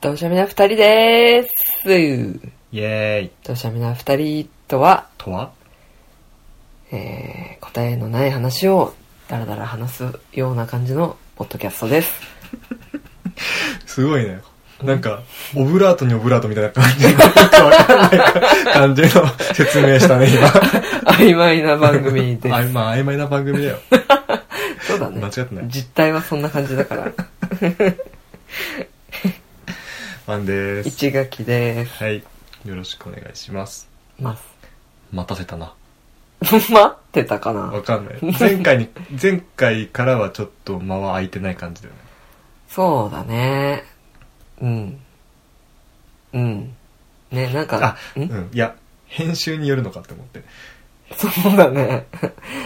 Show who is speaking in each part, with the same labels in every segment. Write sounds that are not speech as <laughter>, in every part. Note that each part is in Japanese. Speaker 1: どうしゃみな二人でーす。
Speaker 2: イエーイ
Speaker 1: どうしゃみな二人とは、
Speaker 2: とは
Speaker 1: えー、答えのない話をだらだら話すような感じのポッドキャスト
Speaker 2: <laughs>
Speaker 1: です。
Speaker 2: すごいね。なんか、オブラートにオブラートみたいな感じの、よくわかんない感じの説明したね、
Speaker 1: 曖昧な番組で
Speaker 2: 今。あ
Speaker 1: す。
Speaker 2: まあ、曖昧な番組だよ。
Speaker 1: そうだね。
Speaker 2: 間違ってない
Speaker 1: 実態はそんな感じだから。
Speaker 2: ワンでーす。
Speaker 1: 一学期でーす。
Speaker 2: はい。よろしくお願いします。 <laughs>
Speaker 1: ます。
Speaker 2: 待たせたな。
Speaker 1: 待ってたかな
Speaker 2: わかんない。前回に、前回からはちょっと間は空いてない感じだよね。
Speaker 1: そうだね。うん。うん。ね、なん <laughs>
Speaker 2: あ
Speaker 1: か、、
Speaker 2: うんん。いや、編集によるのかって思って。
Speaker 1: そうだね。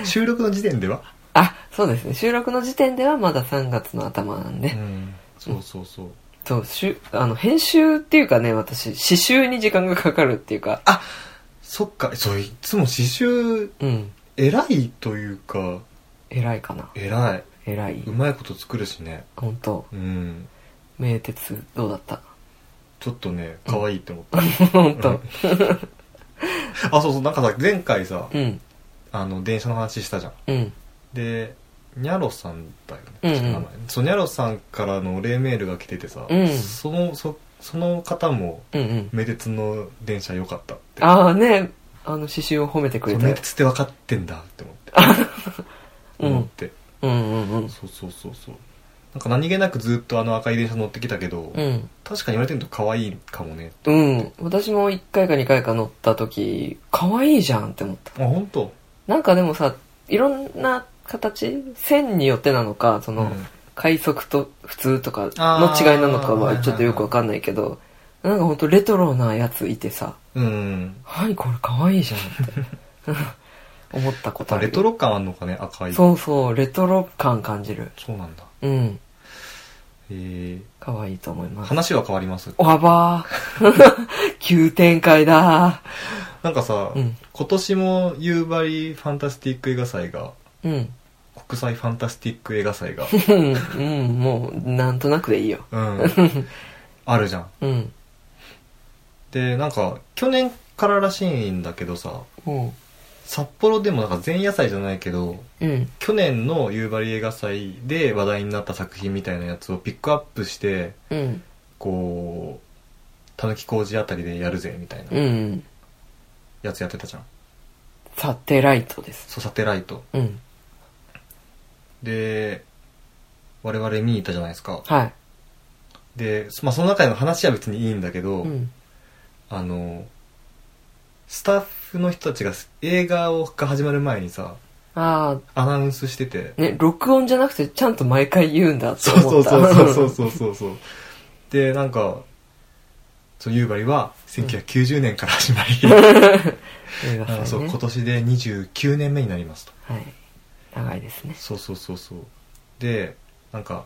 Speaker 2: 収録の時点では
Speaker 1: あ、そうですね。収録の時点ではまだ3月の頭なんで。
Speaker 2: うん。そうそうそう。
Speaker 1: そう、しゅ、あの、編集っていうかね、私、刺繍に時間がかかるっていうか、
Speaker 2: そっか、そう、いつも刺繍、
Speaker 1: うん、
Speaker 2: 偉いというか、
Speaker 1: 偉いかな。
Speaker 2: 偉い。。
Speaker 1: 偉いう
Speaker 2: まいこと作るしね。
Speaker 1: 本当
Speaker 2: うん。
Speaker 1: 名鉄、どうだった <laughs>
Speaker 2: ちょっとね、可愛いって思った。
Speaker 1: 本当
Speaker 2: あ、そうそう、なんかさ、前回さ、
Speaker 1: うん、
Speaker 2: あの、電車の話したじゃん。
Speaker 1: うん、
Speaker 2: で、にゃろさんだよね。
Speaker 1: うんうん
Speaker 2: 確か名前そう、にゃろさんからのお礼メールが来ててさ、
Speaker 1: うん
Speaker 2: その、そ、その方も、
Speaker 1: うん、うん。
Speaker 2: 名鉄の電車良かったって。
Speaker 1: ああね、あの、刺繍を褒めてく
Speaker 2: そ
Speaker 1: れ
Speaker 2: う、
Speaker 1: た
Speaker 2: 名
Speaker 1: よ。
Speaker 2: 鉄って分かってんだって思って。
Speaker 1: <laughs> うん
Speaker 2: 思って。
Speaker 1: うん、うん、うん。
Speaker 2: そうそうそうそう。なんか何気なくずっとあの赤い電車乗ってきたけど、
Speaker 1: うん、
Speaker 2: 確かに言われてると可愛いかもね。
Speaker 1: うん。私も1回か2回か乗った時、可愛いじゃんって思った。
Speaker 2: あ、本当。
Speaker 1: なんかでもさ、いろんな形線によってなのか、その、
Speaker 2: うん
Speaker 1: 快速と普通とかの違いなのかはちょっとよくわかんないけど、なんかほんとレトロなやついてさ、
Speaker 2: うん。
Speaker 1: はいこれ可愛いじゃんって <laughs> 思ったことある。
Speaker 2: レトロ感あんのかね、赤い。
Speaker 1: そうそう、レトロ感感じる。
Speaker 2: そうなんだ。
Speaker 1: うん。
Speaker 2: えー、
Speaker 1: 可愛いと思います。
Speaker 2: 話は変わります。
Speaker 1: おはばー。 <laughs> 急展開だ
Speaker 2: なんかさ、
Speaker 1: ー。うん。
Speaker 2: 今年も夕張ファンタスティック映画祭が、
Speaker 1: うん。
Speaker 2: 国際ファンタスティック映画祭
Speaker 1: <laughs>
Speaker 2: が、
Speaker 1: うんうん、もう、なんとなくでいいよ。
Speaker 2: うん、あるじゃん。
Speaker 1: うん。
Speaker 2: で、なんか、去年かららしいんだけどさ、
Speaker 1: うん。
Speaker 2: 札幌でもなんか前夜祭じゃないけど、
Speaker 1: うん。
Speaker 2: 去年の夕張映画祭で話題になった作品みたいなやつをピックアップして、
Speaker 1: うん。
Speaker 2: こう、たぬき工事あたりでやるぜ、みたいな
Speaker 1: うん。
Speaker 2: やつやってたじゃん。
Speaker 1: サテライトです。
Speaker 2: そう、サテライト。
Speaker 1: うん。
Speaker 2: で、我々見に行ったじゃないですか。
Speaker 1: はい。
Speaker 2: で、まあ、その中での話は別にいいんだけど、
Speaker 1: うん。
Speaker 2: あの、スタッフの人たちが映画をが始まる前にさ、
Speaker 1: ああ、
Speaker 2: アナウンスしてて、
Speaker 1: ね、録音じゃなくてちゃんと毎回言うんだって
Speaker 2: そうそ
Speaker 1: 思
Speaker 2: う
Speaker 1: った。
Speaker 2: そうそうそうそうそうそう。で、なんか、そう、夕張は1990年から始まり、
Speaker 1: 映画
Speaker 2: あの
Speaker 1: 祭
Speaker 2: そう、
Speaker 1: ね
Speaker 2: 今。年で29年目になりますと。
Speaker 1: はい。長いですね。
Speaker 2: そうそうそうそう。で、なんか、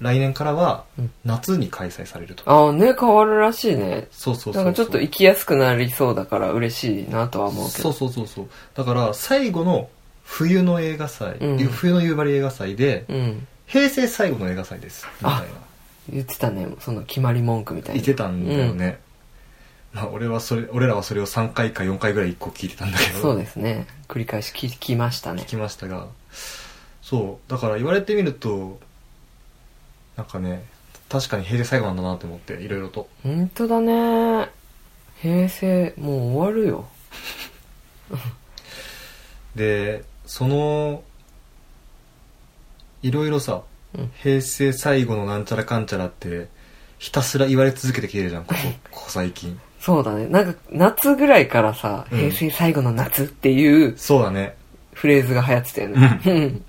Speaker 2: 来年からは
Speaker 1: うん
Speaker 2: 夏に開催されると。
Speaker 1: ああね、変わるらしいね。
Speaker 2: そうそうそうそ
Speaker 1: な
Speaker 2: う。
Speaker 1: んかちょっと行きやすくなりそうだから嬉しいなとは思うけ
Speaker 2: そ
Speaker 1: ど。
Speaker 2: うそうそうそうだから最後の冬の映画祭、
Speaker 1: うん
Speaker 2: 冬の夕張映画祭で、
Speaker 1: うん。
Speaker 2: 平成最後の映画祭ですみたい
Speaker 1: 言ってたね、その決まり文句みた
Speaker 2: ない
Speaker 1: な。
Speaker 2: 言ってたんだよね、まあ俺はそれ俺らはそれを3回か4回ぐらい一個聞いてたんだけ
Speaker 1: うん。
Speaker 2: ど
Speaker 1: そうですね。繰り返し聞きましたね
Speaker 2: 聞。きましたがそうだから言われてみるとなんかね確かに平成最後なんだなって思っていろいろと
Speaker 1: 本当だね。平成、もう終わるよ。
Speaker 2: でそのいろいろさ、
Speaker 1: うん
Speaker 2: 平成最後のなんちゃらかんちゃらってひたすら言われ続けてきてるじゃんここここ最近
Speaker 1: そうだね。なんか夏ぐらいからさ、
Speaker 2: うん
Speaker 1: 平成最後の夏っていう
Speaker 2: そうだね
Speaker 1: フレーズが流行ってたよね。うん。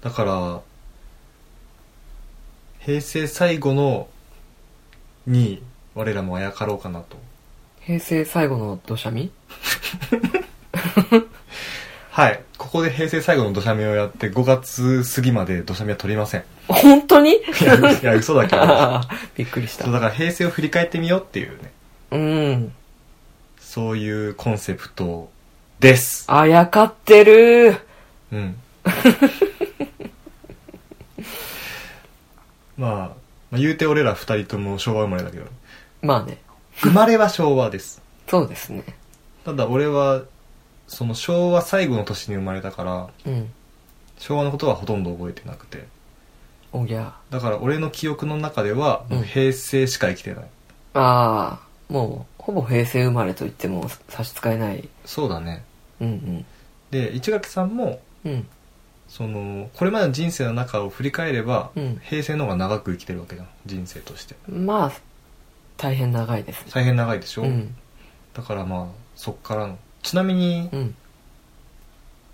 Speaker 2: だから平成最後のに我らもあやかろうかなと
Speaker 1: 平成最後の土砂見
Speaker 2: はいここで平成最後の土砂目をやって5月過ぎまで土砂目は取りません
Speaker 1: 本当に
Speaker 2: いやいや嘘だけど
Speaker 1: <laughs> びっくりし
Speaker 2: そう
Speaker 1: た。
Speaker 2: だから平成を振り返ってみようっていうね
Speaker 1: うん。
Speaker 2: そういうコンセプトです
Speaker 1: あやかってる
Speaker 2: <laughs> うん。まあ、まあ、言うて俺ら二人とも昭和生まれだけど、
Speaker 1: まあね。
Speaker 2: 生まれは昭和です。
Speaker 1: そうですね。
Speaker 2: ただ俺は、その昭和最後の年に生まれたから、
Speaker 1: うん。
Speaker 2: 昭和のことはほとんど覚えてなくて。
Speaker 1: おぎゃ。
Speaker 2: だから俺の記憶の中では、
Speaker 1: うん
Speaker 2: 平成しか生きてない。
Speaker 1: ああ、もう、ほぼ平成生まれと言っても差し支えない。
Speaker 2: そうだね。
Speaker 1: うん
Speaker 2: で、市垣さんも、
Speaker 1: うん。うん。
Speaker 2: その、これまでの人生の中を振り返れば、
Speaker 1: うん
Speaker 2: 平成の方が長く生きてるわけじゃん。人生として。
Speaker 1: まあ、大変長いですね。
Speaker 2: 大変長いでしょ、
Speaker 1: うん。
Speaker 2: だからまあ、そっからの。ちなみに、
Speaker 1: うん。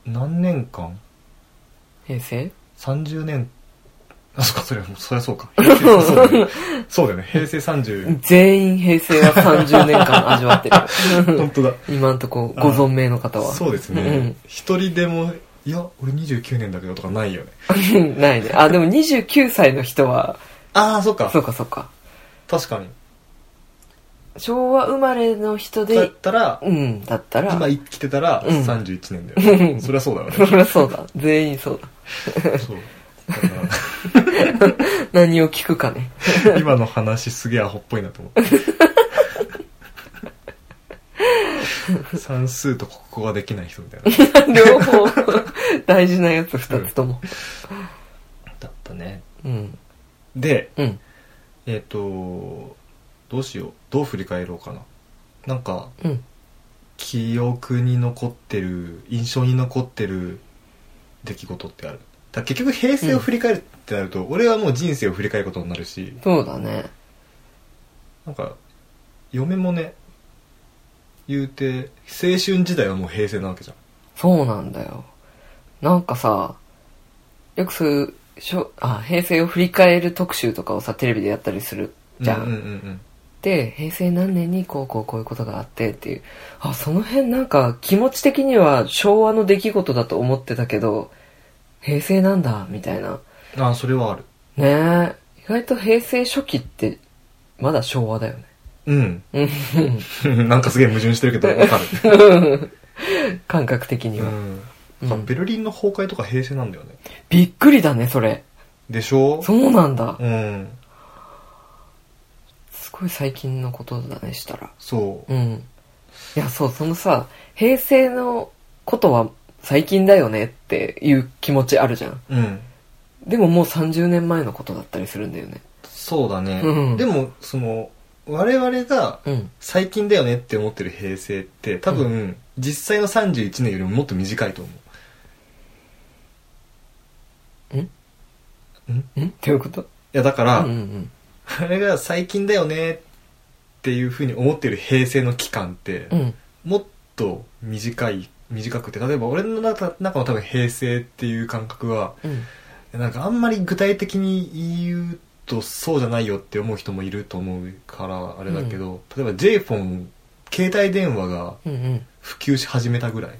Speaker 2: 何年間
Speaker 1: 平成
Speaker 2: ?30 年、あ、そっか、それはもう、そ
Speaker 1: <laughs>
Speaker 2: りゃそうか。平成そうだよね。そうだよね。平成30。
Speaker 1: 全員平成は30年間味わって
Speaker 2: <laughs>
Speaker 1: る。
Speaker 2: 本当だ。
Speaker 1: 今んとこご存命の方は。
Speaker 2: そうです
Speaker 1: うん
Speaker 2: ね。一人でも、いや、俺29年だけどとかないよね。
Speaker 1: <laughs> ないね。あ、でも29歳の人は、
Speaker 2: ああ、そっか
Speaker 1: そう。かそうか。
Speaker 2: 確かに。
Speaker 1: 昭和生まれの人
Speaker 2: だっ
Speaker 1: で、
Speaker 2: たら、
Speaker 1: うん、だったら
Speaker 2: 今、
Speaker 1: <laughs>
Speaker 2: 生きてたら
Speaker 1: うん
Speaker 2: 31年だよね。そりゃそうだよ
Speaker 1: そ
Speaker 2: ね。
Speaker 1: <laughs> りゃそうだ。全員そうだ。
Speaker 2: そう。だから
Speaker 1: 何を聞くか
Speaker 2: <laughs>
Speaker 1: ね。
Speaker 2: 今の話すげえアホっぽいなと
Speaker 1: <laughs>
Speaker 2: 思って。算数とここができない人みたいな。
Speaker 1: 両方、大事なやつ二つとも。
Speaker 2: だったね。
Speaker 1: うん。
Speaker 2: で、
Speaker 1: うん。
Speaker 2: えっ、と、どうしよう。どう振り返ろうかな。なんか、
Speaker 1: うん。
Speaker 2: 記憶に残ってる、印象に残ってる出来事ってある。だから結局平成を振り返るってなると、俺はもう人生を振り返ることになるし、
Speaker 1: そうだね。
Speaker 2: なんか、嫁もね、言うて、青春時代はもう平成なわけじゃん。
Speaker 1: そうなんだよ。なんかさ、よくそういう、しょあ、平成を振り返る特集とかをさ、テレビでやったりするじゃ
Speaker 2: うんうんうん
Speaker 1: で平成何年にこうこうこういうことがあってっていうあその辺なんか気持ち的には昭和の出来事だと思ってたけど平成なんだみたいな
Speaker 2: うん。ああ、それはある。
Speaker 1: ねえ意外と平成初期ってまだ昭和だよね
Speaker 2: うん。 <laughs>
Speaker 1: うん
Speaker 2: なんかすげえ矛盾してるけど、わかる。
Speaker 1: 感覚的に
Speaker 2: う
Speaker 1: は、
Speaker 2: ん。
Speaker 1: うん
Speaker 2: ベルリンの崩壊とか平成なんだよね。
Speaker 1: びっくりだねそれ
Speaker 2: でしょ
Speaker 1: そうなんだ
Speaker 2: うん。
Speaker 1: すごい最近のことだねしたら
Speaker 2: そ
Speaker 1: うんいやそうそのさ平成のことは最近だよねっていう気持ちあるじゃん
Speaker 2: う。うん。
Speaker 1: でももう30年前のことだったりするんだよね。
Speaker 2: そうだね。
Speaker 1: うん
Speaker 2: でも、その、我々が
Speaker 1: うん。
Speaker 2: 最近だよねって思ってる平成って、多分、実際の31年よりももっと短いと思う。
Speaker 1: ん
Speaker 2: んい
Speaker 1: んどういうこと
Speaker 2: や、だから、
Speaker 1: うんうん
Speaker 2: あれが最近だよねっていうふうに思ってる平成の期間って、
Speaker 1: うん。うん。
Speaker 2: もっと短い短くて例えば俺の中中の多分平成っていう感覚は
Speaker 1: うん。
Speaker 2: なんかあんまり具体的に言うとそうじゃないよって思う人もいると思うからあれだけど、例えば j フォン携帯電話が
Speaker 1: うんうん。
Speaker 2: 普及し始めたぐらい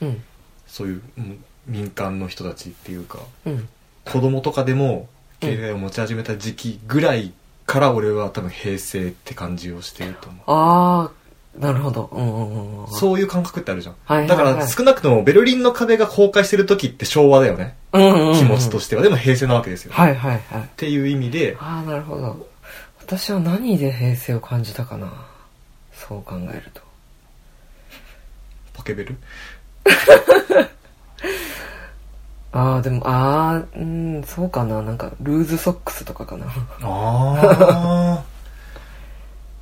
Speaker 1: うん。
Speaker 2: そういううん民間の人たちっていうか
Speaker 1: うん。
Speaker 2: 子供とかでも携帯を持ち始めた時期ぐらいから俺は多分平成って感じをしてると思う。
Speaker 1: あー、なるほど。うんうんうんうん。
Speaker 2: そういう感覚ってあるじゃん。
Speaker 1: はいはい
Speaker 2: だか
Speaker 1: はい
Speaker 2: ら少なくともベルリンの壁が崩壊してる時って昭和だよね。
Speaker 1: うんうんうん。
Speaker 2: 気持ちとしては。でも平成なわけですよ。っ
Speaker 1: はいはいはい。
Speaker 2: ていう意味で、
Speaker 1: あー、なるほど。私は何で平成を感じたかな。そう考えると。
Speaker 2: ポケベル
Speaker 1: あー、でも、あー、うん、そうかな。なんか、ルーズソックスとかかな。
Speaker 2: ああ。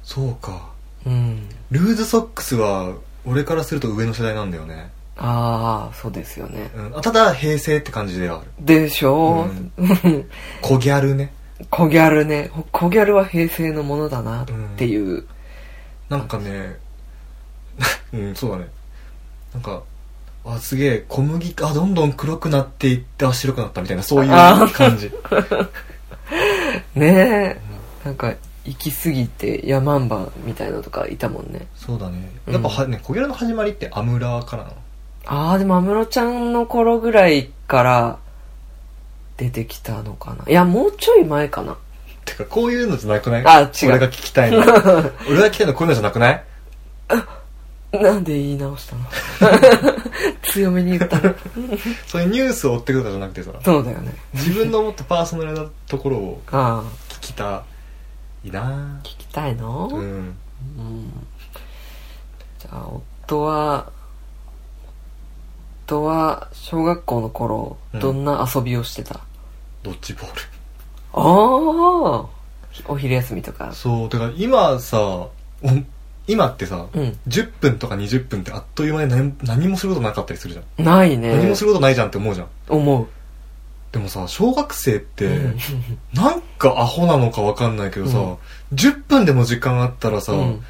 Speaker 2: そうか。
Speaker 1: うん。
Speaker 2: ルーズソックスは、俺からすると上の世代なんだよね。
Speaker 1: <laughs> あー、そうですよね。
Speaker 2: うん、あただ、平成って感じではある。
Speaker 1: でしょ <laughs> うん
Speaker 2: 小ギャルね。
Speaker 1: 小ギャルね。ほ小ギャルは平成のものだなっていう。
Speaker 2: なんかね、 <laughs> うん、そうだね。なんか、あ、すげえ、小麦がどんどん黒くなっていって、あ、白くなったみたいな、そういう
Speaker 1: あー
Speaker 2: 感じ。
Speaker 1: ねえ。なんか、行き過ぎてヤマンバみたいのとかいたもんね。
Speaker 2: そうだね。
Speaker 1: うん
Speaker 2: やっぱは、ね、小ギャルの始まりってアムラーからなの。
Speaker 1: ああ、でも安室ちゃんの頃ぐらいから出てきたのかな。いや、もうちょい前かな。
Speaker 2: てか、こういうのじゃなくない
Speaker 1: あ違う
Speaker 2: 俺が聞き
Speaker 1: <laughs>
Speaker 2: たいの。俺が聞きたいのこういうのじゃなくない
Speaker 1: なんで言い直したの <laughs> 強めに言ったね
Speaker 2: そういうニュースを追ってくとかじゃなくてさ
Speaker 1: <laughs> そうだよね
Speaker 2: 自分のもっとパーソナルなところを
Speaker 1: ああ
Speaker 2: 聞きたいな
Speaker 1: 聞きたいの、
Speaker 2: ぁうん
Speaker 1: うんじゃあ夫は夫は小学校の頃
Speaker 2: うん
Speaker 1: どんな遊びをしてた、
Speaker 2: ドッジボール
Speaker 1: ああお昼休みとか
Speaker 2: そうだから今さお今ってさ
Speaker 1: うん
Speaker 2: 10分とか20分ってあっという間に何何もすることなかったりするじゃん、
Speaker 1: ない
Speaker 2: 何
Speaker 1: ね
Speaker 2: もすることないじゃんって思うじゃん
Speaker 1: 思う、
Speaker 2: でもさ小学生って、
Speaker 1: うん
Speaker 2: なんかアホなのかわかんないけどさ、
Speaker 1: うん
Speaker 2: 10分でも時間あったらさ、
Speaker 1: うん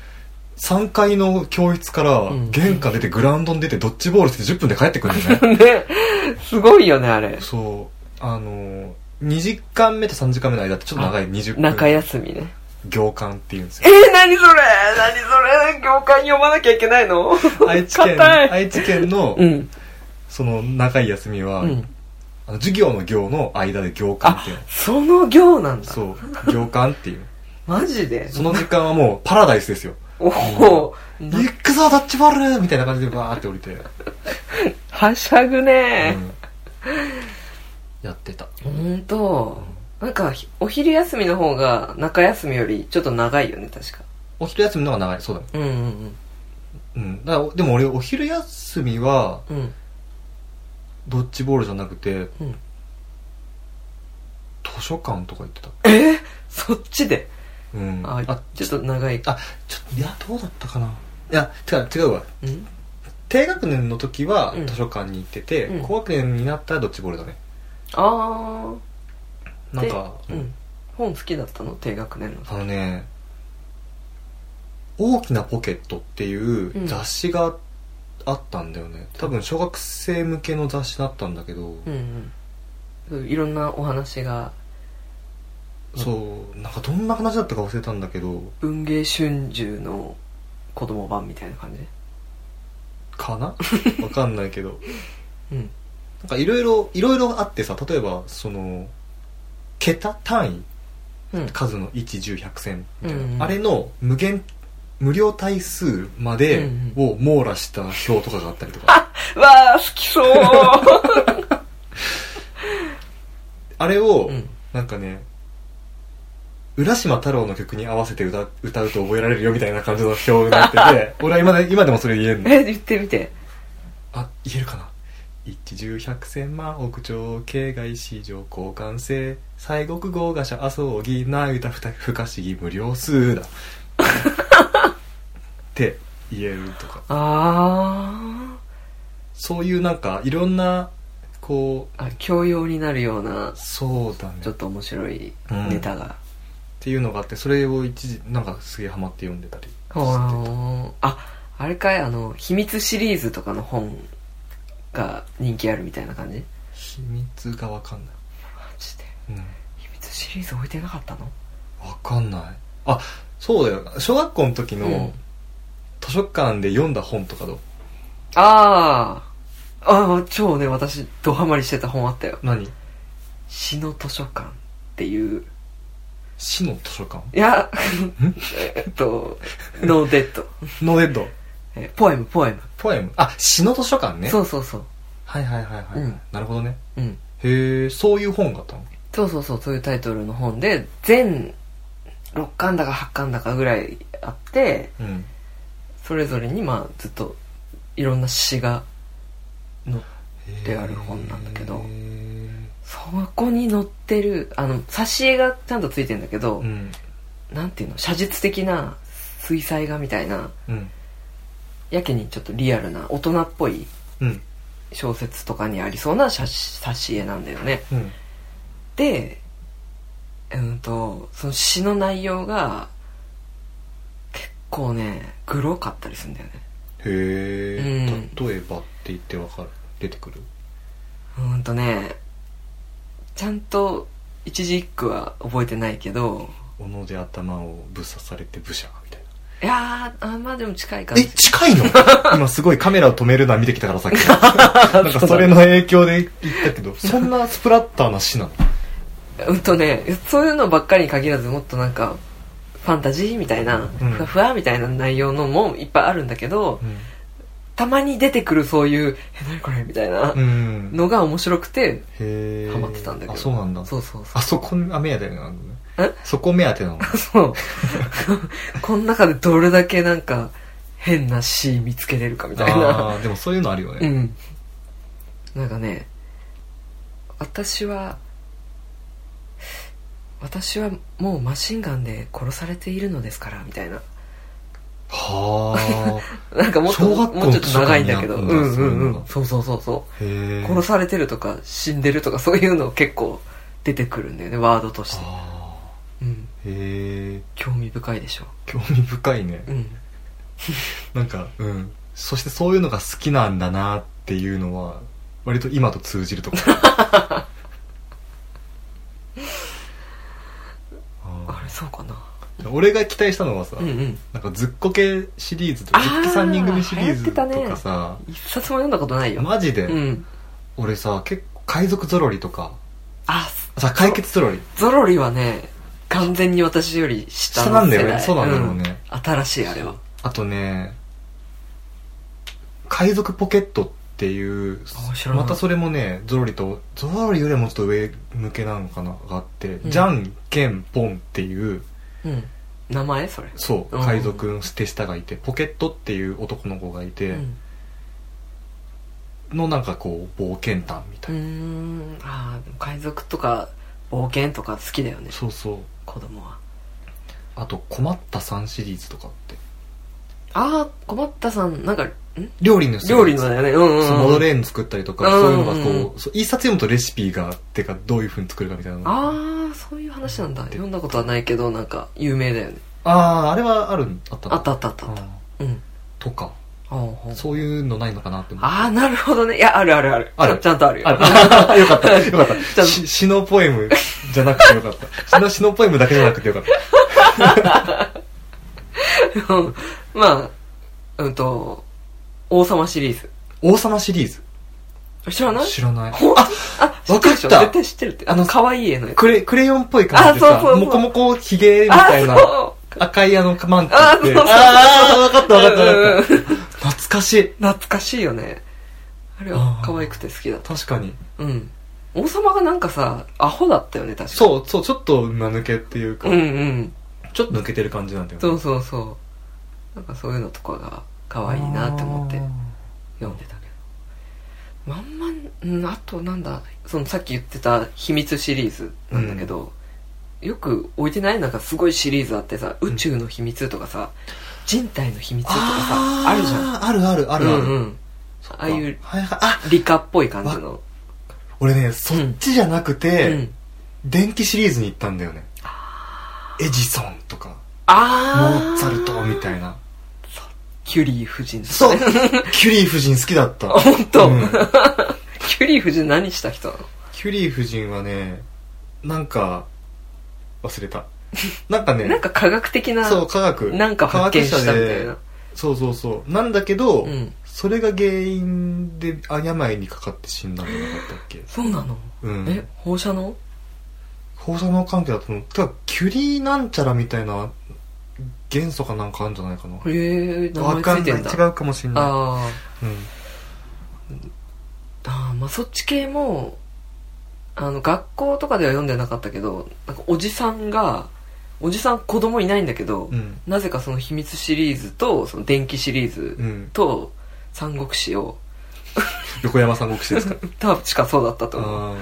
Speaker 2: 3階の教室から
Speaker 1: うん
Speaker 2: 玄関出てグラウンドに出てドッジボールして10分で帰ってくるんだよね
Speaker 1: <laughs> ねすごいよねあれ
Speaker 2: そうあの2時間目と3時間目の間ってちょっと長い20
Speaker 1: 中
Speaker 2: 分
Speaker 1: 休みね
Speaker 2: 行間っていうんですよ
Speaker 1: えー、何それ何それ行間読まなきゃいけないの
Speaker 2: 愛知県
Speaker 1: 硬い
Speaker 2: 愛知県の、
Speaker 1: うん
Speaker 2: その長い休みは、
Speaker 1: うん
Speaker 2: あの授業の行の間で行間っ
Speaker 1: あ
Speaker 2: ていうの
Speaker 1: その行なんだ
Speaker 2: そう行間っていう
Speaker 1: マジで
Speaker 2: その時間はもうパラダイスですよ
Speaker 1: おお
Speaker 2: 「行くぞドッジボール!」みたいな感じでバーって降りて、う
Speaker 1: はしゃぐね
Speaker 2: んやってた
Speaker 1: ほんとなんかひお昼休みの方が中休みよりちょっと長いよね確か
Speaker 2: お昼休みの方が長いそうだね
Speaker 1: うんうん
Speaker 2: うんだからでも俺お昼休みは
Speaker 1: うんうん
Speaker 2: ドッジボールじゃなくて
Speaker 1: うん
Speaker 2: 図書館とか行ってた
Speaker 1: えー、そっちで
Speaker 2: うん
Speaker 1: あ
Speaker 2: あ
Speaker 1: ちょっと長い
Speaker 2: あちょっといやどうだったかないや違う違うわ
Speaker 1: うん
Speaker 2: 低学年の時は
Speaker 1: うん
Speaker 2: 図書館に行ってて、
Speaker 1: うん
Speaker 2: 高学年になったらドッジボールだね
Speaker 1: ああ
Speaker 2: なんか、
Speaker 1: う
Speaker 2: うん
Speaker 1: ん本好きだったの低学年の
Speaker 2: あのね「大きなポケット」っていう雑誌があったんだよね、多分小学生向けの雑誌だったんだけど、
Speaker 1: うんうんいろんなお話が
Speaker 2: そうなんかどんな話だったか忘れたんだけど
Speaker 1: 文藝春秋の子供版みたいな感じ
Speaker 2: か <laughs> なわかんないけど
Speaker 1: うん
Speaker 2: なんかいろいろいろいろあってさ例えばその桁単位
Speaker 1: うん
Speaker 2: 数の1101000みたいな、
Speaker 1: うんうん
Speaker 2: あれの無限無料対数までを網羅した表とかがあったりとか、
Speaker 1: わあ好きそう <laughs>
Speaker 2: あれを、
Speaker 1: うん
Speaker 2: なんかね浦島太郎の曲に合わせて歌歌うと覚えられるよみたいな感じの表になって
Speaker 1: <laughs>
Speaker 2: て俺は今で今でもそれ言えんの
Speaker 1: え言ってみて
Speaker 2: あ言えるかな一十百千万億兆形外市場交換性西国豪華者麻生義な歌ふた不可思議無量数
Speaker 1: <laughs>
Speaker 2: だって言えるとか
Speaker 1: あ
Speaker 2: そういうなんかいろんなこ
Speaker 1: ーあ教養になるような
Speaker 2: うそうだね
Speaker 1: ちょっと面白いネタが、
Speaker 2: っていうのがあってそれを一時なんかすげえハマって読んでたり
Speaker 1: ほーああれかいあの秘密シリーズとかの本が人気あるみたいな感じマ
Speaker 2: 秘密がわかんない
Speaker 1: ジで
Speaker 2: うん
Speaker 1: 秘密シリーズ置いてなかったの
Speaker 2: わかんないあそうだよ小学校の時の、
Speaker 1: うん
Speaker 2: 図書館で読んだ本とかどう
Speaker 1: あーああ超ね私ドハマりしてた本あったよ
Speaker 2: 何
Speaker 1: 「詩の図書館」っていう
Speaker 2: 市の図書館
Speaker 1: いやえっと「ノーデッド
Speaker 2: ノーデッド」
Speaker 1: えポエムポエム、
Speaker 2: ポエムあ市の図書館ね
Speaker 1: そうそうそう
Speaker 2: はいはいはいはい、
Speaker 1: うん
Speaker 2: なるほどね
Speaker 1: うん
Speaker 2: へえそういう本があったの
Speaker 1: そうそうそう、そういうタイトルの本で、全6巻だか8巻だかぐらいあって、
Speaker 2: うん
Speaker 1: それぞれにまあずっといろんな詩が、の、
Speaker 2: へー
Speaker 1: である本なんだけど
Speaker 2: へー
Speaker 1: そこに載ってる、あの、挿絵がちゃんとついてんだけど、
Speaker 2: うん
Speaker 1: なんていうの、写実的な水彩画みたいな、
Speaker 2: うん
Speaker 1: やけにちょっとリアルな大人っぽい
Speaker 2: うん
Speaker 1: 小説とかにありそうな写挿絵なんだよね。
Speaker 2: うん
Speaker 1: で、うんと、その詩の内容が、結構ね、グロかったりするんだよね。
Speaker 2: へえ、
Speaker 1: うん
Speaker 2: 例えばって言ってわかる出てくる
Speaker 1: うーんとね、ちゃんと一字一句は覚えてないけど、
Speaker 2: 斧で頭をぶっ刺されて武者みたいない
Speaker 1: やー、あまあでも近い感
Speaker 2: え、
Speaker 1: じ。<laughs>
Speaker 2: 近いの今すごいカメラを止めるな見てきたからさっき。なんかそれの影響で言ったけど、そんなスプラッターな詩なの
Speaker 1: うんとね、そういうのばっかりに限らずもっとなんか、ファンタジーみたいな、
Speaker 2: うん
Speaker 1: ふわふわみたいな内容のもいっぱいあるんだけど、たまに出てくるそういう「え何これ?」みたいな
Speaker 2: うん
Speaker 1: のが面白くて
Speaker 2: へえ
Speaker 1: ハマってたんだけど
Speaker 2: あそうなんだ
Speaker 1: そうそうそ
Speaker 2: あそこが目当てなんだね
Speaker 1: え
Speaker 2: そこ目当てなの
Speaker 1: うそう
Speaker 2: <laughs>
Speaker 1: この中でどれだけなんか変なシーン見つけれるかみたいな
Speaker 2: あーでもそういうのあるよ
Speaker 1: う
Speaker 2: ね
Speaker 1: んなんかね私は私はもうマシンガンで殺されているのですからみたいな
Speaker 2: は
Speaker 1: なんかもっと
Speaker 2: 小学校の
Speaker 1: もうちょっと長いんだけど
Speaker 2: 図
Speaker 1: う
Speaker 2: 書
Speaker 1: ん
Speaker 2: 館にある
Speaker 1: う
Speaker 2: んだ
Speaker 1: ん
Speaker 2: そういう
Speaker 1: う
Speaker 2: の
Speaker 1: ん
Speaker 2: が
Speaker 1: そうそうそうそう
Speaker 2: あへえ
Speaker 1: 殺されてるとか死んでるとかそういうの結構出てくるんだよねワードとして、
Speaker 2: あ
Speaker 1: うん、
Speaker 2: ーへえ
Speaker 1: 興味深いでしょ
Speaker 2: 興味深いね
Speaker 1: うん
Speaker 2: なんかうんそしてそういうのが好きなんだなっていうのは割と今と通じる
Speaker 1: <laughs>
Speaker 2: ところ
Speaker 1: あ
Speaker 2: あ
Speaker 1: れそうかな
Speaker 2: ー俺が期待したのはさ、
Speaker 1: うんうん
Speaker 2: なんかずっこけシリーズとか
Speaker 1: あ
Speaker 2: ずっ
Speaker 1: ー
Speaker 2: き3人組シリーズと
Speaker 1: 流行ってた
Speaker 2: か
Speaker 1: ね
Speaker 2: さ、
Speaker 1: 一冊も読んだことないよ、
Speaker 2: マジで、
Speaker 1: うん
Speaker 2: 俺さ結構海賊ゾロリとか
Speaker 1: あ
Speaker 2: さ解決ゾロリ
Speaker 1: ゾロリはね完全に私より下
Speaker 2: 下
Speaker 1: の
Speaker 2: なん
Speaker 1: 世
Speaker 2: だ
Speaker 1: 代
Speaker 2: よねそうなんだろうね、
Speaker 1: うん新しいあれは
Speaker 2: あとね海賊ポケットっていう
Speaker 1: あ知らない
Speaker 2: またそれもねゾロリとゾロリよりもちょっと上向けなのかながあって、
Speaker 1: ん
Speaker 2: じゃんけんぽんっていう
Speaker 1: うん名前それ
Speaker 2: そう
Speaker 1: うん
Speaker 2: 海賊の手下がいてポケットっていう男の子がいて、
Speaker 1: うん
Speaker 2: のなんかこう冒険探みた
Speaker 1: う
Speaker 2: いな、
Speaker 1: ーんああ海賊とか冒険とか好きだよね
Speaker 2: そうそう
Speaker 1: 子供は
Speaker 2: あと困った3シリーズとかって
Speaker 1: ああ困ったさんなんかん
Speaker 2: 料理のやつ
Speaker 1: 料理のだよねうんうん、うん、
Speaker 2: そうモドレーヌ作ったりとか、
Speaker 1: うん
Speaker 2: そういうのがこう、
Speaker 1: うん
Speaker 2: そう一冊読むとレシピがあってかどういう風に作るかみたいなのが
Speaker 1: ああそういう話なんだ読んだことはないけどなんか有名だよね
Speaker 2: あーあれはあるあったの
Speaker 1: あったあったあったあった
Speaker 2: あ
Speaker 1: うん
Speaker 2: ーとか
Speaker 1: あー
Speaker 2: そういうのないのかなって思って
Speaker 1: あーなるほどねいやあるあるある
Speaker 2: ある
Speaker 1: ちゃんとあるよ
Speaker 2: あ <laughs> よかったよかっ
Speaker 1: ちゃ
Speaker 2: た
Speaker 1: ん
Speaker 2: し詩のポエムじゃなくてよかった詩の詩のポエムだけじゃなくてよかっ
Speaker 1: <laughs>
Speaker 2: た
Speaker 1: うんまあうんと王様シリーズ
Speaker 2: 王様シリーズ
Speaker 1: 知らない
Speaker 2: 知らない
Speaker 1: ほんあ知ってるでしょ
Speaker 2: わかった
Speaker 1: 絶対知ってるってあの可愛い絵のやつ
Speaker 2: クレクレヨンっぽい感じで
Speaker 1: あそうそうそ
Speaker 2: さ
Speaker 1: う
Speaker 2: モコモコひげみ
Speaker 1: あ
Speaker 2: たいな
Speaker 1: そう
Speaker 2: 赤いあのマント
Speaker 1: あ
Speaker 2: っ
Speaker 1: そうそ
Speaker 2: て
Speaker 1: うそう
Speaker 2: ああわかったわかった
Speaker 1: うん
Speaker 2: わ
Speaker 1: う
Speaker 2: かった懐かしい
Speaker 1: 懐かしいよねあれは可愛くて好きだった
Speaker 2: 確かに
Speaker 1: うん王様がなんかさアホだったよね確か
Speaker 2: そうそうちょっと間抜けっていうか、
Speaker 1: うんうん
Speaker 2: ちょっと抜けてる感じなんだよね
Speaker 1: そうそうそうなんかそういうのとかが可愛いなって思って読んでたけどまんまんあとなんだそのさっき言ってた秘密シリーズなんだけど、よく置いてないなんかすごいシリーズあってさ宇宙の秘密とかさ、人体の秘密とかさ
Speaker 2: あ
Speaker 1: あ
Speaker 2: ー
Speaker 1: るじゃん
Speaker 2: あるあるあ
Speaker 1: う
Speaker 2: るある、
Speaker 1: んうん、
Speaker 2: そっか
Speaker 1: ああいう
Speaker 2: はいはいあ
Speaker 1: 理科っぽい感じの、
Speaker 2: 俺ねそっちじゃなくて、
Speaker 1: うん、
Speaker 2: 電気シリーズに行ったんだよねエジソンとかモ
Speaker 1: ああ
Speaker 2: ーツァルトみたいな
Speaker 1: キュリー夫人と
Speaker 2: そ
Speaker 1: か
Speaker 2: う
Speaker 1: ね
Speaker 2: キュリー夫人好きだった
Speaker 1: <laughs> 本当、
Speaker 2: うん
Speaker 1: キュリー夫人何した人なの
Speaker 2: キュリー夫人はねなんか忘
Speaker 1: <laughs>
Speaker 2: れたなんかね
Speaker 1: なんか科学的な
Speaker 2: そう科学
Speaker 1: なんか発見したみたい
Speaker 2: 科学者
Speaker 1: な
Speaker 2: で。そうそうそうなんだけど、
Speaker 1: うん。
Speaker 2: それが原因であ病にかかって死んだんじゃなかったっけ
Speaker 1: そうなの、
Speaker 2: うん
Speaker 1: え、放射能
Speaker 2: 放射能関係だと思うただキュリーなんちゃらみたいな元素かなんかあるんじゃないかな
Speaker 1: へえー、
Speaker 2: わ
Speaker 1: 名
Speaker 2: か
Speaker 1: 前
Speaker 2: ん
Speaker 1: つい
Speaker 2: な
Speaker 1: て
Speaker 2: い
Speaker 1: んだ。
Speaker 2: 違うかもしんない
Speaker 1: あ
Speaker 2: うん
Speaker 1: ーあー、まあそっち系も、あの、学校とかでは読んでなかったけど、なんかおじさんが、おじさん子供いないんだけど、
Speaker 2: うん
Speaker 1: なぜかその秘密シリーズと、その電気シリーズ
Speaker 2: うん
Speaker 1: と、三国志を、
Speaker 2: 横山三国
Speaker 1: <laughs>
Speaker 2: 志ですか
Speaker 1: 多分しかそうだったと思う。
Speaker 2: あ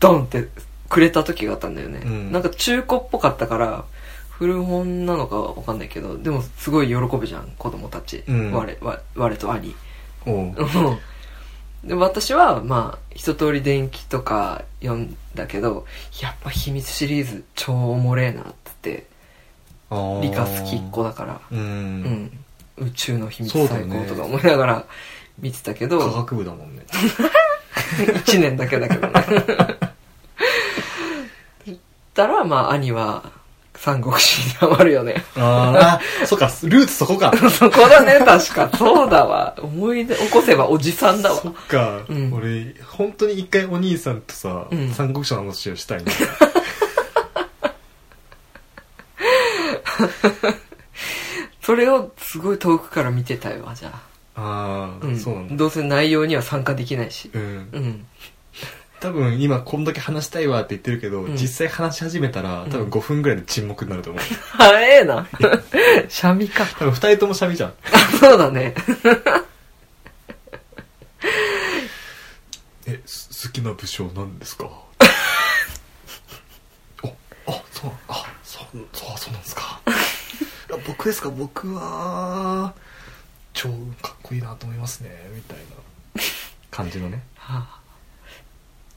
Speaker 1: ドンってくれた時があったんだよね、
Speaker 2: うん
Speaker 1: なんか中古っぽかったから古本なのかわかんないけどでもすごい喜ぶじゃん子供たち、
Speaker 2: うん
Speaker 1: 我我我と兄
Speaker 2: ーおう
Speaker 1: うんで私はまあ一通り電気とか読んだけどやっぱ秘密シリーズ超おもれえなって
Speaker 2: あ
Speaker 1: 言
Speaker 2: ー
Speaker 1: って理科好きっ子だから、
Speaker 2: うん、
Speaker 1: うん、宇宙の秘密
Speaker 2: そうだ
Speaker 1: 最
Speaker 2: よね
Speaker 1: 高とか思いながら <laughs> 見てたけど、
Speaker 2: 科学部だもんね
Speaker 1: 1年だけだけどね言ったらまあ兄は三国志にハマるよね
Speaker 2: あーあそっかルーツそこか
Speaker 1: そこだね確かそうだわ思い出起こせばおじさんだわ
Speaker 2: そっか、
Speaker 1: うん
Speaker 2: 俺本当に一回お兄さんとさ、
Speaker 1: うん
Speaker 2: 三国志の話をした
Speaker 1: <laughs>
Speaker 2: いね
Speaker 1: それをすごい遠くから見てたよじゃあ
Speaker 2: ああ、
Speaker 1: うん、
Speaker 2: そうなんだ
Speaker 1: どうせ内容には参加できないし
Speaker 2: うん
Speaker 1: うん
Speaker 2: 多分今こんだけ話したいわって言ってるけど、
Speaker 1: うん
Speaker 2: 実際話し始めたら多
Speaker 1: う
Speaker 2: 分
Speaker 1: ん
Speaker 2: 5分ぐらいで沈黙になると <laughs> 思う、
Speaker 1: 早え
Speaker 2: <laughs>
Speaker 1: なシャミか
Speaker 2: 多分2人ともシャミじゃん
Speaker 1: あそうだね
Speaker 2: えす好きな武将なんです <laughs> かおあそうあそうそうそうなんです <laughs> かいや僕ですか僕は超かっこいいなと思いますねみたいな感じのね
Speaker 1: はあ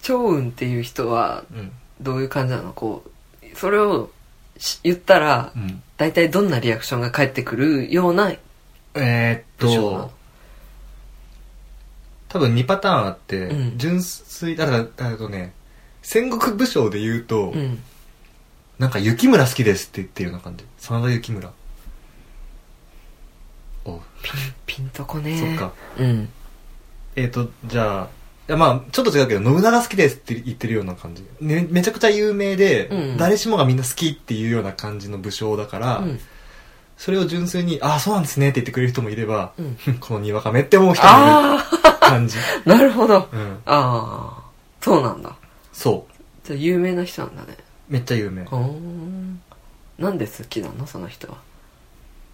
Speaker 1: 趙雲っていう人は
Speaker 2: うん
Speaker 1: どういう感じなのこうそれをし言ったら
Speaker 2: うん
Speaker 1: 大体どんなリアクションが返ってくるような
Speaker 2: えー、
Speaker 1: 武
Speaker 2: っ
Speaker 1: 将な
Speaker 2: と
Speaker 1: の
Speaker 2: 多分2パターンあって、
Speaker 1: うん
Speaker 2: 純粋だからだとね戦国武将で言うと、
Speaker 1: うん
Speaker 2: なんか雪村好きですって言ってるような感じ真田雪村お
Speaker 1: ピンとこね
Speaker 2: そっか
Speaker 1: うん
Speaker 2: えっ、と、じゃあ、いやまあ、ちょっと違うけど、信長好きですって言ってるような感じ。ね、めちゃくちゃ有名で、
Speaker 1: うん
Speaker 2: 誰しもがみんな好きっていうような感じの武将だから、
Speaker 1: うん
Speaker 2: それを純粋に、ああ、そうなんですねって言ってくれる人もいれば、
Speaker 1: うん
Speaker 2: <laughs> このにわかめって思う人も
Speaker 1: あ
Speaker 2: いる感じ。
Speaker 1: あなるほど
Speaker 2: うん。
Speaker 1: ああそうなんだ
Speaker 2: そ
Speaker 1: じゃあ有名な人なんだね
Speaker 2: う。めっちゃ有名。
Speaker 1: ほーんなんで好きなのその人は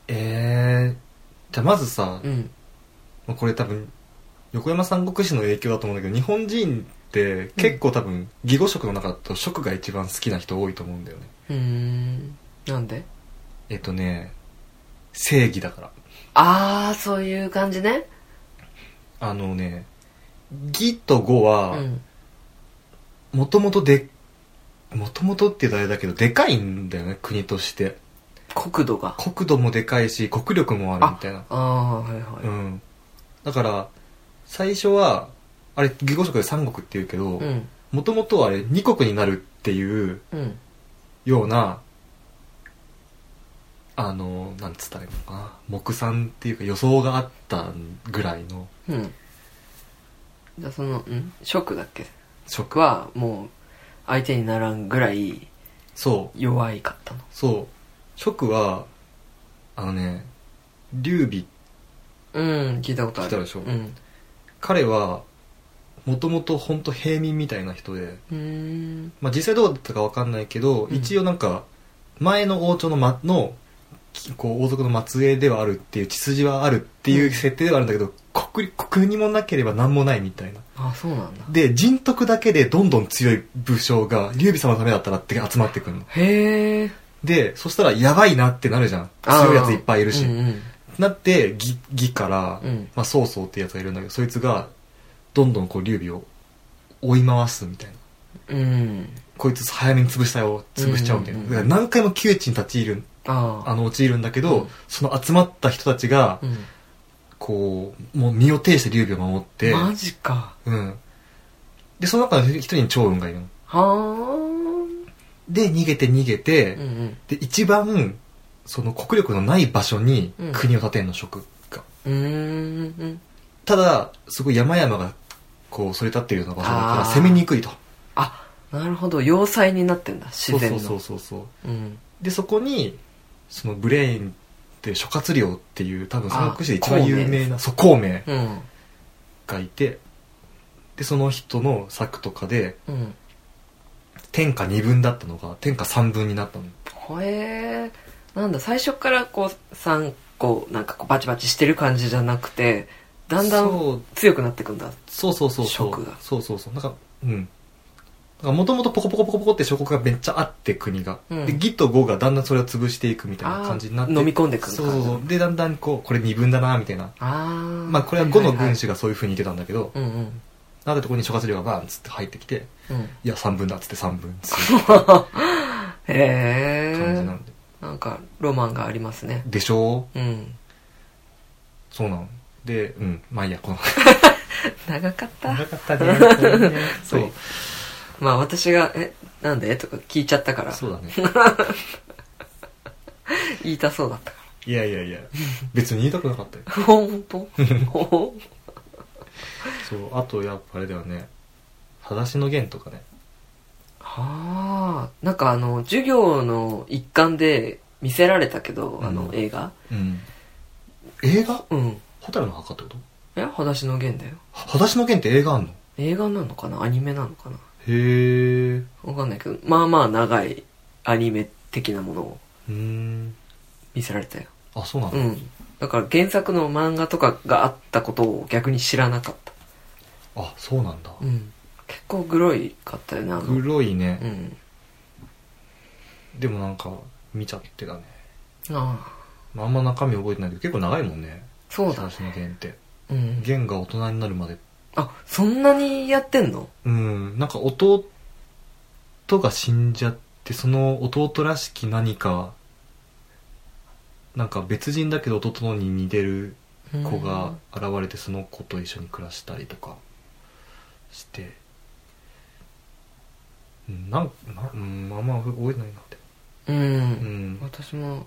Speaker 2: えー、じゃあまずさ、
Speaker 1: うん
Speaker 2: まあこれ多分、横山三国志の影響だと思うんだけど、日本人って結構多分、義語色の中だと食が一番好きな人多いと思うんだよね。
Speaker 1: うーんなんで
Speaker 2: えっとね、正義だから。
Speaker 1: ああそういう感じね
Speaker 2: あのね、義と語
Speaker 1: う
Speaker 2: は、
Speaker 1: ん
Speaker 2: もともとで、もともとって言うとあれだけど、でかいんだよね、国として。
Speaker 1: 国土が
Speaker 2: 国土もでかいし、国力もあるみたいな。
Speaker 1: ああはいは
Speaker 2: う
Speaker 1: い
Speaker 2: ん。だから、最初は、あれ、義語色で三国って言うけど
Speaker 1: う、ん
Speaker 2: もともとはあれ、二国になるっていう
Speaker 1: うん
Speaker 2: ような、あの、なんつったらいいのかな、目算っていうか予想があったぐらいの、
Speaker 1: うんじゃあそのんショックだっけ
Speaker 2: 食。
Speaker 1: 僕はもう相手にならんぐらい
Speaker 2: そう。
Speaker 1: 弱いかったの
Speaker 2: そう。食は、あのね、劉備、
Speaker 1: うん聞いたことある
Speaker 2: 聞いたでしょ
Speaker 1: うん
Speaker 2: 彼は、もともとほんと平民みたいな人で、
Speaker 1: うーん
Speaker 2: まあ実際どうだったかわかんないけど、
Speaker 1: うん
Speaker 2: 一応なんか、前の王朝の、ま、の、きこう、王族の末裔ではあるっていう、血筋はあるっていう設定ではあるんだけど、国、国にもなければ何もないみたいな。
Speaker 1: あそうなんだ
Speaker 2: で、人徳だけでどんどん強い武将が、劉備様のためだったらって集まってくるの。
Speaker 1: へえ
Speaker 2: で、そしたらやばいなってなるじゃん。強いやついっぱいいるし。
Speaker 1: うんうん
Speaker 2: なって、義、義から、
Speaker 1: うん
Speaker 2: まあ、曹操ってやつがいるんだけど、そいつが、どんどんこう、劉備を追い回すみたいな。
Speaker 1: うん
Speaker 2: こいつ早めに潰したよ、潰しちゃおうみたいな。
Speaker 1: うんうんうん
Speaker 2: だから何回も窮地に立ち入る、
Speaker 1: ああ
Speaker 2: あの、陥るんだけ
Speaker 1: う
Speaker 2: ど、
Speaker 1: ん
Speaker 2: その集まった人たちが、
Speaker 1: うん
Speaker 2: こう、もう身を挺して劉備を守って、
Speaker 1: マジか
Speaker 2: うん。で、その中の一人に趙雲がいるの。
Speaker 1: はあうん
Speaker 2: で、逃げて逃げて、
Speaker 1: うん
Speaker 2: で、一番、その国力のない場所に
Speaker 1: うん
Speaker 2: 国を建てんの、職が。
Speaker 1: うーん
Speaker 2: ただ、すごい山々が、こう、それ立ってるような場所だから
Speaker 1: あー
Speaker 2: 攻めにくいと。
Speaker 1: あなるほど要塞になってんだ自然の
Speaker 2: そうそうそうそう
Speaker 1: うん
Speaker 2: でそこにそのブレインって諸葛亮っていう多分
Speaker 1: あ
Speaker 2: 三国志で一番有名なそう孔明
Speaker 1: うん
Speaker 2: がいてでその人の作とかで
Speaker 1: うん
Speaker 2: 天下二分だったのが天下三分になったの
Speaker 1: ほえー、なんだ最初からこう3個なんかこうバチバチしてる感じじゃなくてだんだん
Speaker 2: そう
Speaker 1: 強くなってくんだ
Speaker 2: そうそうそうそ
Speaker 1: 諸
Speaker 2: う
Speaker 1: が
Speaker 2: そうそうそうなんかうんもともとポコポコポコポコって諸国がめっちゃあって国が、
Speaker 1: うん
Speaker 2: で義と呉がだんだんそれを潰していくみたいな
Speaker 1: あ
Speaker 2: 感じになって
Speaker 1: ー飲み込んでくんだ
Speaker 2: そうそうそうでだんだんこうこれ二分だなみたいな
Speaker 1: ああ
Speaker 2: まあこれは呉の
Speaker 1: 軍
Speaker 2: 軍師がそういう風に言ってたんだけど、
Speaker 1: うんうん
Speaker 2: なったところに諸葛亮がバーンっつって入ってきて、 <laughs>
Speaker 1: うん
Speaker 2: いや、三分だっつって三分っつっ
Speaker 1: へ
Speaker 2: て
Speaker 1: え
Speaker 2: 感じなんで。
Speaker 1: なんかロマンがありますね
Speaker 2: でしょ
Speaker 1: うん
Speaker 2: うそうなんで、うん、まあいいや、この。
Speaker 1: 長かった
Speaker 2: かったね。そ
Speaker 1: <laughs> そうう。まあ私が「えなんで?」とか聞いちゃったから
Speaker 2: そうだね。
Speaker 1: 言いたそうだったか
Speaker 2: いやいやいや、別に言いたくなかったよ。
Speaker 1: ら <laughs> ほん
Speaker 2: <laughs>
Speaker 1: とほん
Speaker 2: そう、あとやっぱあれだよね。裸足の弦とかね。
Speaker 1: はあなんかあの授業の一環で見せられたけど、
Speaker 2: うん
Speaker 1: あの映画
Speaker 2: うん。映画
Speaker 1: うん
Speaker 2: 蛍の墓ってこと
Speaker 1: え裸足の弦だよ
Speaker 2: は裸足の剣って映画あんの
Speaker 1: 映画なのかなアニメなのかな
Speaker 2: へえ
Speaker 1: わかんないけどまあまあ長いアニメ的なものを
Speaker 2: うん
Speaker 1: 見せられたよ
Speaker 2: あそうなんだ、
Speaker 1: うんだから原作の漫画とかがあったことを逆に知らなかった
Speaker 2: あそうなんだ、
Speaker 1: うん結構グロいかったよねあの
Speaker 2: 黒いね
Speaker 1: う、ん
Speaker 2: でもなんか見ちゃってたね、
Speaker 1: ああ
Speaker 2: まあ、あんま中身覚えてないけど結構長いもんね
Speaker 1: そうだ
Speaker 2: 裸足の剣って
Speaker 1: うん
Speaker 2: 弦が大人になるまで
Speaker 1: あそんなにやってんの
Speaker 2: うんなんか弟が死んじゃってその弟らしき何かなんか別人だけど弟に似てる子が現れてその子と一緒に暮らしたりとかしてうんなんなうんあんま覚えてないなって
Speaker 1: うん、
Speaker 2: うん
Speaker 1: 私も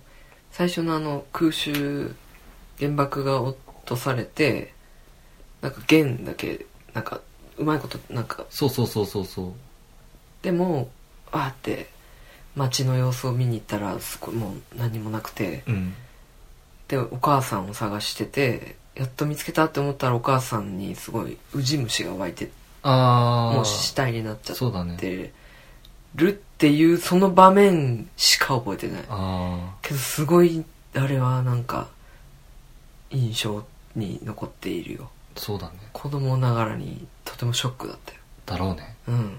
Speaker 1: 最初のあの空襲原爆が落とされてなんか弦だけなんかうまいことなんか
Speaker 2: そうそうそうそうそう
Speaker 1: でもわーって街の様子を見に行ったらすごいもう何もなくて
Speaker 2: うん
Speaker 1: でお母さんを探しててやっと見つけたって思ったらお母さんにすごいウジ虫が湧いて
Speaker 2: ああ
Speaker 1: もう死体になっちゃ
Speaker 2: そうだ
Speaker 1: っ
Speaker 2: ね
Speaker 1: てるっていうその場面しか覚えてない
Speaker 2: あ
Speaker 1: けどすごいあれはなんか印象に残っているよ
Speaker 2: あそうだね
Speaker 1: 子供ながらにとてもショックだったよ
Speaker 2: だろうね
Speaker 1: うん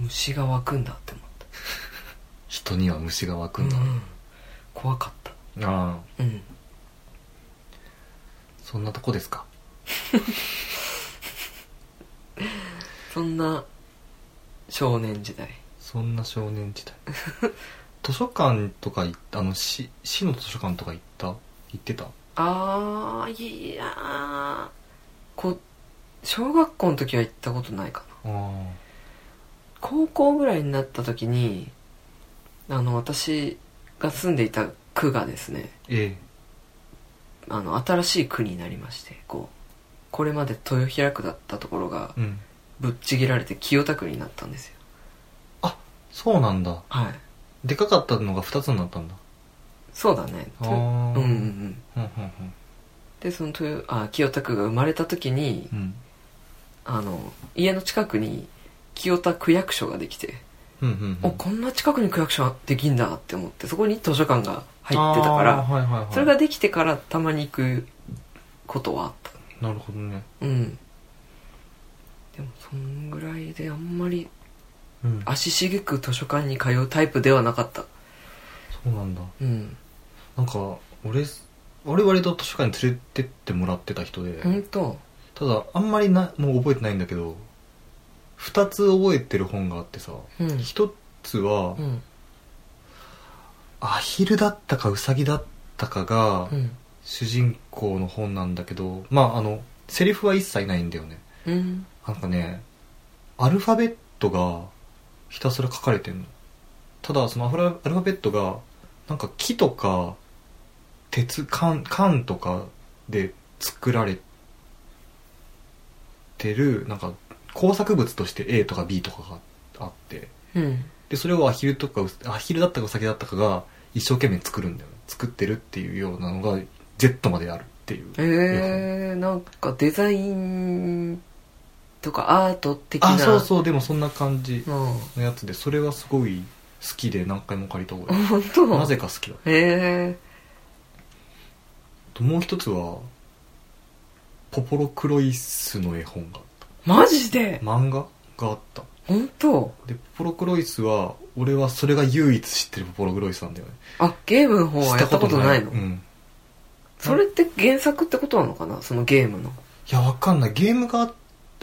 Speaker 1: 虫が湧くんだって思った
Speaker 2: 人には虫が湧くんだ、
Speaker 1: うん怖かった
Speaker 2: ああ
Speaker 1: うん
Speaker 2: そんなとこですか
Speaker 1: そんな少年時代
Speaker 2: そんな少年時代 <laughs> 図書館とか行ったあの市市の図書館とか行った行ってた
Speaker 1: あーいやーこ小学校の時は行ったことないかな
Speaker 2: ああ
Speaker 1: 高校ぐらいになった時にあの私が住んでいた区がですね
Speaker 2: ええ
Speaker 1: あの新しい区になりましてこうこれまで豊平区だったところが
Speaker 2: うん
Speaker 1: ぶっちぎられて清田区になったんですよ
Speaker 2: そうなんだ
Speaker 1: はい
Speaker 2: でかかったのが2つになったんだ
Speaker 1: そうだね
Speaker 2: あ
Speaker 1: と
Speaker 2: あ
Speaker 1: うんうんうん
Speaker 2: うんうん
Speaker 1: でその豊あ清田区が生まれた時に
Speaker 2: うん
Speaker 1: あの家の近くに清田区役所ができて、
Speaker 2: うんうん
Speaker 1: おこんな近くに区役所できんだって思ってそこに図書館が入ってたから
Speaker 2: あーはいはいはい
Speaker 1: それができてからたまに行くことはあった
Speaker 2: なるほどね
Speaker 1: うんでもそんぐらいであんまり
Speaker 2: うん
Speaker 1: 足しげく図書館に通うタイプではなかった
Speaker 2: そうなんだ
Speaker 1: うん
Speaker 2: なんか俺俺割と図書館に連れてってもらってた人で
Speaker 1: 本当
Speaker 2: ただあんまりなもう覚えてないんだけど2つ覚えてる本があってさ
Speaker 1: うん
Speaker 2: 1つは
Speaker 1: うん
Speaker 2: アヒルだったかウサギだったかが
Speaker 1: うん
Speaker 2: 主人公の本なんだけどまああのセリフは一切ないんだよね
Speaker 1: うん
Speaker 2: なんかねアルファベットがひたすら書かれてんのただそのアフラアルファベットがなんか木とか鉄缶缶とかで作られてるなんか工作物として A とか B とかがあって
Speaker 1: うん
Speaker 2: でそれをアヒルとかウスアヒルだったかウサギだったかが一生懸命作るんだよね作ってるっていうようなのが Z まであるっていう
Speaker 1: えー、なんかデザインとかアート的な
Speaker 2: あそうそうでもそんな感じ
Speaker 1: うん
Speaker 2: のやつでそれはすごい好きで何回も借りた覚え
Speaker 1: 本当
Speaker 2: なぜか好きだ
Speaker 1: え
Speaker 2: ともう一つはポポロクロイスの絵本があっ
Speaker 1: ー、マジで
Speaker 2: た漫画があった
Speaker 1: 本当
Speaker 2: でポポロクロイスは俺はそれが唯一知ってるポポロクロイスなんだよね
Speaker 1: あゲームの方はやったことないの
Speaker 2: うんい
Speaker 1: それって原作ってことなのかなそのゲームの
Speaker 2: やわかんないゲームが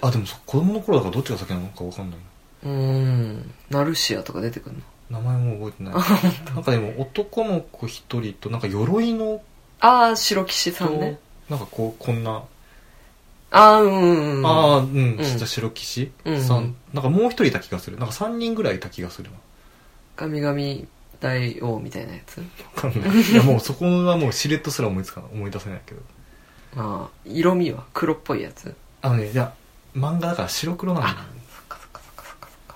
Speaker 2: あでもそ子供の頃だからどっちが先なのかわかんないな
Speaker 1: うーんナルシアとか出てくるの
Speaker 2: 名前も覚
Speaker 1: <laughs>
Speaker 2: えてないなんかでも男の子一人となんか鎧の
Speaker 1: ああ白騎士さ
Speaker 2: と、
Speaker 1: んね
Speaker 2: なんかこうこんな
Speaker 1: ああうんうんうん
Speaker 2: ああうん、
Speaker 1: うん
Speaker 2: した白騎士
Speaker 1: うん
Speaker 2: さんなんかもう一人いた気がするなんか3人ぐらいいた気がするな
Speaker 1: 神々大王みたいなやつ
Speaker 2: 分かんない <laughs> いやもうそこはもうしれっとすら思いつかない思い出せないけど
Speaker 1: まあ色味は黒っぽいやつ
Speaker 2: あのねいや漫画だから白黒なんだよね
Speaker 1: そっかそっかそっかそっかそっか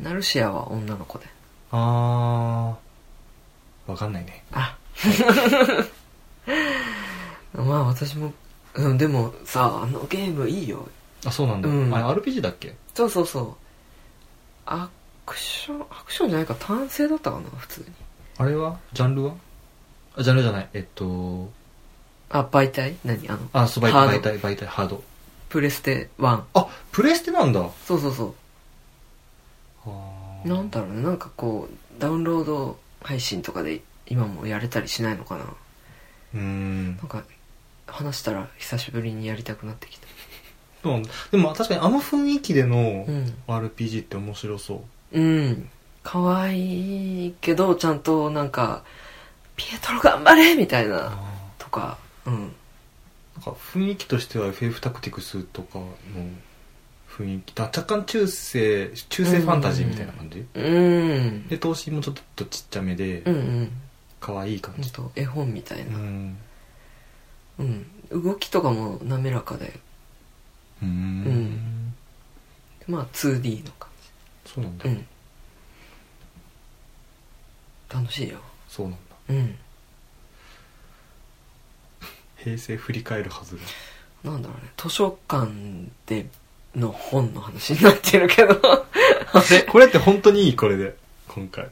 Speaker 1: ナルシアは女の子で
Speaker 2: ああ分かんないね
Speaker 1: あまあ私もうん、でもさあのゲームいいよ
Speaker 2: あそうなんだ、
Speaker 1: うん
Speaker 2: あれ RPG だっけ
Speaker 1: そうそうそうアクションアクションじゃないか単性だったかな普通に
Speaker 2: あれはジャンルはあジャンルじゃないえっと
Speaker 1: あ媒体何あの
Speaker 2: あそう媒
Speaker 1: ハード
Speaker 2: 体媒体媒体ハード
Speaker 1: プレステ1
Speaker 2: あプレステなんだ
Speaker 1: そうそうそ
Speaker 2: あ
Speaker 1: う
Speaker 2: ー
Speaker 1: なんだろうねなんかこうダウンロード配信とかで今もやれたりしないのかな
Speaker 2: うーん
Speaker 1: なんか話したら久しぶりにやりたくなってきた
Speaker 2: そうでも確かにあの雰囲気での
Speaker 1: うん、
Speaker 2: RPG って面白そう
Speaker 1: うん、可愛いけどちゃんとなんか「ピエトロ頑張れ!」みたいな
Speaker 2: あ
Speaker 1: とかうん
Speaker 2: ーなんか雰囲気としては FF タクティクスとかの雰囲気だ若干中世中世ファンタジーみたいな感じ
Speaker 1: うん
Speaker 2: で頭身もちょっとちっちゃめで
Speaker 1: うんうん
Speaker 2: 可愛い感
Speaker 1: ほん
Speaker 2: じ
Speaker 1: と絵本みたいうな、
Speaker 2: ん
Speaker 1: うん、動きとかも滑らかで
Speaker 2: うーん
Speaker 1: まあ 2D の感
Speaker 2: そうなんだ
Speaker 1: じうん楽しいよ
Speaker 2: そうなんだ
Speaker 1: うん
Speaker 2: 平成振り返るはずだ
Speaker 1: なんだろうね図書館での本の話になってるけどあれ
Speaker 2: これって本当にいいこれで今回
Speaker 1: い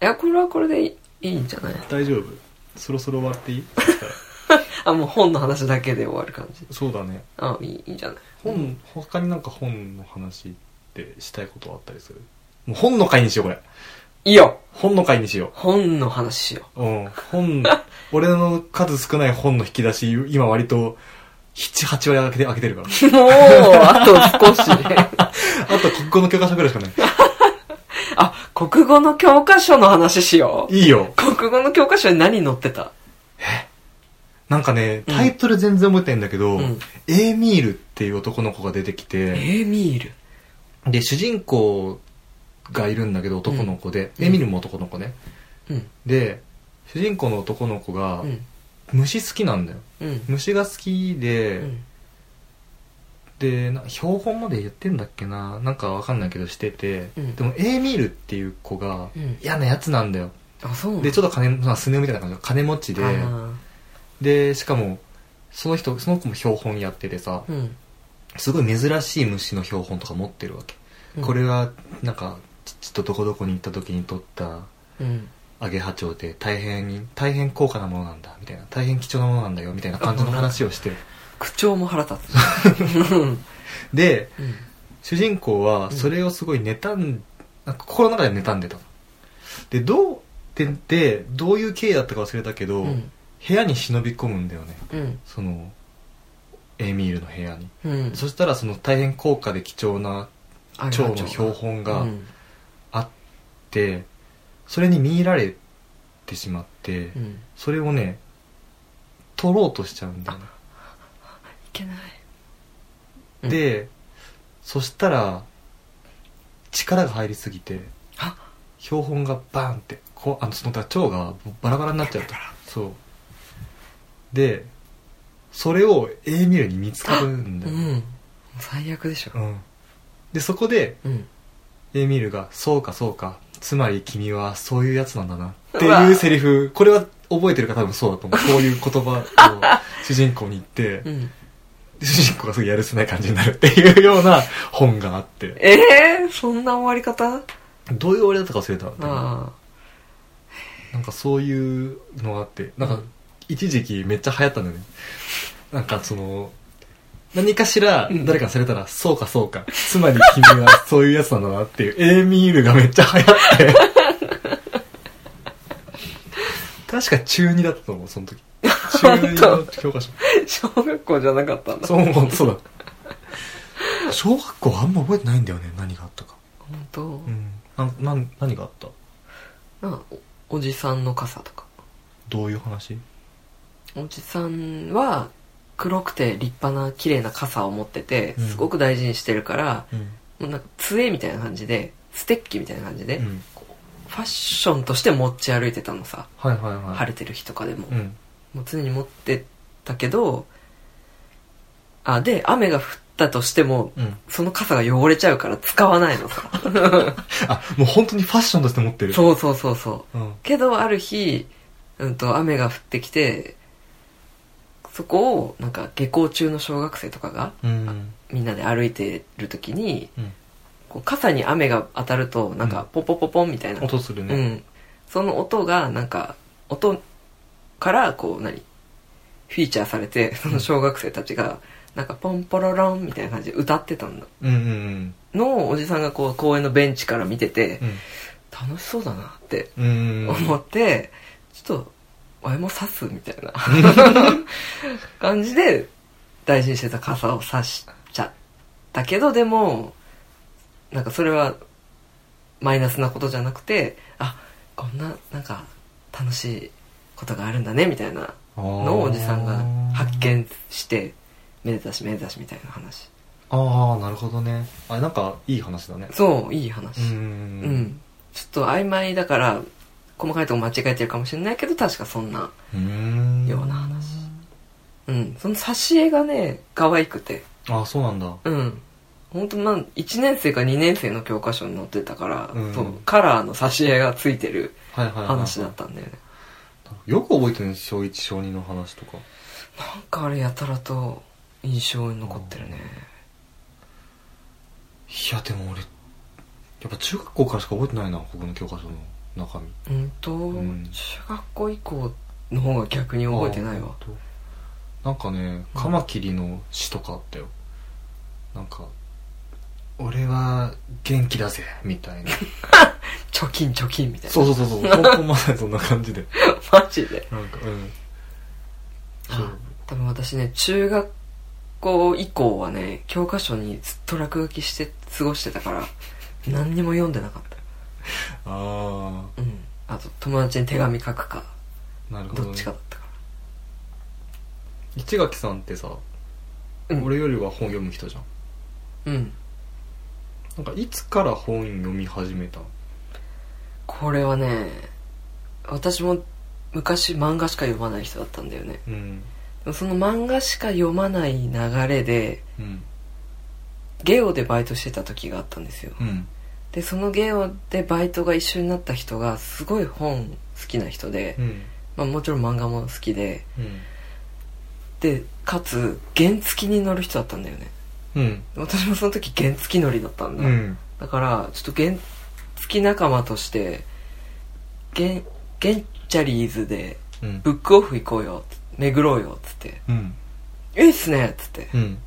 Speaker 1: やこれはこれでいいいいんじゃない
Speaker 2: 大丈夫そろそろ終わって <laughs> いい
Speaker 1: あもう本の話だけで終わる感じ
Speaker 2: そうだね
Speaker 1: あいいいいんじゃない
Speaker 2: 本、他になんか本の話ってしたいことはあったりするもう本の回にしようこれ
Speaker 1: いいよ
Speaker 2: 本の回にしよ
Speaker 1: 本の話しよ
Speaker 2: ううん本 <laughs> 俺の数少ない本の引き出し今割と78割開けて開け
Speaker 1: <laughs>
Speaker 2: てるから <laughs>
Speaker 1: う。もう、あと少しで。
Speaker 2: あと国語の教科書ぐらいしかない
Speaker 1: あ、国語の教科書の話しよう。
Speaker 2: いいよ
Speaker 1: 国語の教科書に何載ってた
Speaker 2: なんかねタイトル全然覚えてないんだけど、
Speaker 1: うん
Speaker 2: エーミールっていう男の子が出てき
Speaker 1: エ
Speaker 2: て
Speaker 1: ーミール。
Speaker 2: で主人公がいるんだけど男の子で、
Speaker 1: うん
Speaker 2: エーミールも男の子ね
Speaker 1: うん。
Speaker 2: で主人公の男の子が
Speaker 1: うん。
Speaker 2: 虫好きなんだよ
Speaker 1: うん。
Speaker 2: 虫が好きで、
Speaker 1: うん。
Speaker 2: でな標本までやってんだっけななんかわかんないけどしてて、
Speaker 1: うん
Speaker 2: でもエーミールっていう子が
Speaker 1: うん
Speaker 2: 嫌なやつなんだよ、
Speaker 1: あ、そう
Speaker 2: でちょ
Speaker 1: ょっ
Speaker 2: っと金、まあ、スネ夫みたいな感じの金持ちででしかもその人その子も標本やっててさ
Speaker 1: うん。
Speaker 2: すごい珍しい虫の標本とか持ってるわけ、これ
Speaker 1: は、
Speaker 2: はなんか父とどこどこに行った時に取った
Speaker 1: うん。
Speaker 2: アゲハチョウで大変に大変高価なものなんだみたいな大変貴重なものなんだよみたいな感じの話をして
Speaker 1: 口調も腹立
Speaker 2: <laughs>
Speaker 1: つ。うん。
Speaker 2: で
Speaker 1: うん
Speaker 2: 主人公はそれをすごい妬んなんか心の中で妬んでたのでどうででどういう経緯だったか忘れたけど、
Speaker 1: うん。
Speaker 2: 部屋に忍び込むんだよね
Speaker 1: うん。
Speaker 2: そのエミールの部屋に、
Speaker 1: うん。
Speaker 2: そしたらその大変高価で貴重な
Speaker 1: あ
Speaker 2: 蝶の標本が
Speaker 1: うん。
Speaker 2: あって、それに見入られてしまって、
Speaker 1: うん。
Speaker 2: それをね取ろうとしちゃうんだよね
Speaker 1: いけない。うん
Speaker 2: で、そしたら力が入りすぎて
Speaker 1: あ
Speaker 2: 標本がバーンってこうあのそのだから蝶がバラバラになっちゃったそうでそれをエーミルに見つかるんだ
Speaker 1: う
Speaker 2: よ、
Speaker 1: ん。最悪でしょ。
Speaker 2: うんでそこで
Speaker 1: うん。
Speaker 2: エーミルが「そうかそうかつまり君はそういうやつなんだな」って
Speaker 1: う
Speaker 2: い
Speaker 1: わ
Speaker 2: うセリフこれは覚えてるか多分そうだと <laughs> 思うこういう言葉を主人公に言って
Speaker 1: うん。
Speaker 2: 主人公がすごいやるせない感じになるっていうような本があって
Speaker 1: ええー、そんな終わり方
Speaker 2: どういう俺だったか忘れた
Speaker 1: あ
Speaker 2: なんかそういうのがあってなん
Speaker 1: う
Speaker 2: か
Speaker 1: ん
Speaker 2: 一時期めっちゃ流行ったんだよねなんかその何かしら
Speaker 1: うん
Speaker 2: 誰かにされたら、そうかそうかつまり君はそういうやつなんだなっていうエーミールがめっちゃ流行って <laughs> 確か中2だったと思うその時中2の教科書
Speaker 1: あ。小学校じゃなかったんだ。
Speaker 2: そう思うそうだ小学校あんま覚えてないんだよね何があったか
Speaker 1: 本当、
Speaker 2: うんなんなん何があった
Speaker 1: なおおじさんの傘とか
Speaker 2: どういう話
Speaker 1: おじさんは黒くて立派な綺麗な傘を持ってて
Speaker 2: うん
Speaker 1: すごく大事にしてるから、
Speaker 2: うん
Speaker 1: もうなんか杖みたいな感じでステッキみたいな感じで、
Speaker 2: うん
Speaker 1: ファッションとして持ち歩いてたのさ
Speaker 2: はいはいはい
Speaker 1: 晴れてる日とかでも,、
Speaker 2: うん
Speaker 1: もう常に持ってたけどあで雨が降ったとしても
Speaker 2: うん
Speaker 1: その傘が汚れちゃうから使わないのさ
Speaker 2: あ、もう本当にファッションとして持ってる。う。
Speaker 1: そうそうそうそう
Speaker 2: うん。
Speaker 1: けどある日、うん、と雨が降ってきてそこをなんか下校中の小学生とかが
Speaker 2: うん
Speaker 1: みんなで歩いてる時に
Speaker 2: うん
Speaker 1: こう傘に雨が当たるとなんかポンポンポンポンみたいな、
Speaker 2: 音する
Speaker 1: う
Speaker 2: ね、
Speaker 1: ん、その音がなんか音からこう何フィーチャーされてその小学生たちがなんかポンポロロンみたいな感じで歌ってたの
Speaker 2: うん、うんうん
Speaker 1: のをおじさんがこう公園のベンチから見てて
Speaker 2: うん
Speaker 1: 楽しそうだなって
Speaker 2: うんうんうん
Speaker 1: 思ってちょっと俺も刺すみたい
Speaker 2: <laughs>
Speaker 1: な感じで大事にしてた傘を刺しちゃったけどでもなんかそれはマイナスなことじゃなくてあこんななんか楽しいことがあるんだねみたいなのをおじさんが発見してめでたしめでたしみたいな話
Speaker 2: ああなるほどねあなんかいい話だね
Speaker 1: そういいう話
Speaker 2: ん
Speaker 1: う、
Speaker 2: うん
Speaker 1: ちょっと曖昧だから細かいとこ間違えてるかもしれないけど確かそんな
Speaker 2: うーん
Speaker 1: ような話うん、その挿絵がね、可愛くて。
Speaker 2: ああそうなんだ
Speaker 1: うん。本当なん、1年生か2年生の教科書に載ってたから、
Speaker 2: うん
Speaker 1: そう、カラーの挿絵がついてる
Speaker 2: はいはいはい、
Speaker 1: 話だったんだよね。
Speaker 2: よく覚えてるね小1小2の話とか
Speaker 1: なんかあれやたらと印象に残ってるね。
Speaker 2: いやでも俺やっぱ中学校からしか覚えてないな国語の教科書の中身
Speaker 1: うんと、
Speaker 2: ん
Speaker 1: 中学校以降の方が逆に覚えてないわ。
Speaker 2: あーほんとなんかねカマキリの詩とかあったよ、なんか「俺は元気だぜ」みた
Speaker 1: <laughs>
Speaker 2: いな
Speaker 1: 貯金貯金みたいな。
Speaker 2: そうそうそうそうほんとまさにそんな感じで
Speaker 1: <laughs> マジで。
Speaker 2: なんかうんそう
Speaker 1: あ多分私ね、中学校以降はね、教科書にずっと落書きして過ごしてたから、何にも読んでなかった。
Speaker 2: あ
Speaker 1: うん、あと友達に手紙書くか
Speaker 2: あなるほど,、
Speaker 1: どっちかだったか
Speaker 2: 市垣さんってさ、
Speaker 1: ら、うん、
Speaker 2: 俺よりは本読む人じゃん
Speaker 1: うん
Speaker 2: なんかいつから本読み始めたの
Speaker 1: これはね私も昔漫画しか読まない人だったんだよね
Speaker 2: うん
Speaker 1: でもその漫画しか読まない流れで
Speaker 2: うん
Speaker 1: ゲオでバイトしてた時があったんですよ
Speaker 2: うん
Speaker 1: でそのゲオでバイトが一緒になった人がすごい本好きな人で
Speaker 2: う、ん
Speaker 1: まあ、もちろん漫画も好きで
Speaker 2: うん
Speaker 1: でかつ原付きに乗る人だったんだよね
Speaker 2: うん
Speaker 1: 私もその時原付き乗りだったんだ、
Speaker 2: うん
Speaker 1: だからちょっと原付仲間として原原チャリーズで
Speaker 2: うん
Speaker 1: ブックオフ行こうよつ巡ろうよっつって
Speaker 2: うん
Speaker 1: 「いいっすね」っつって
Speaker 2: うん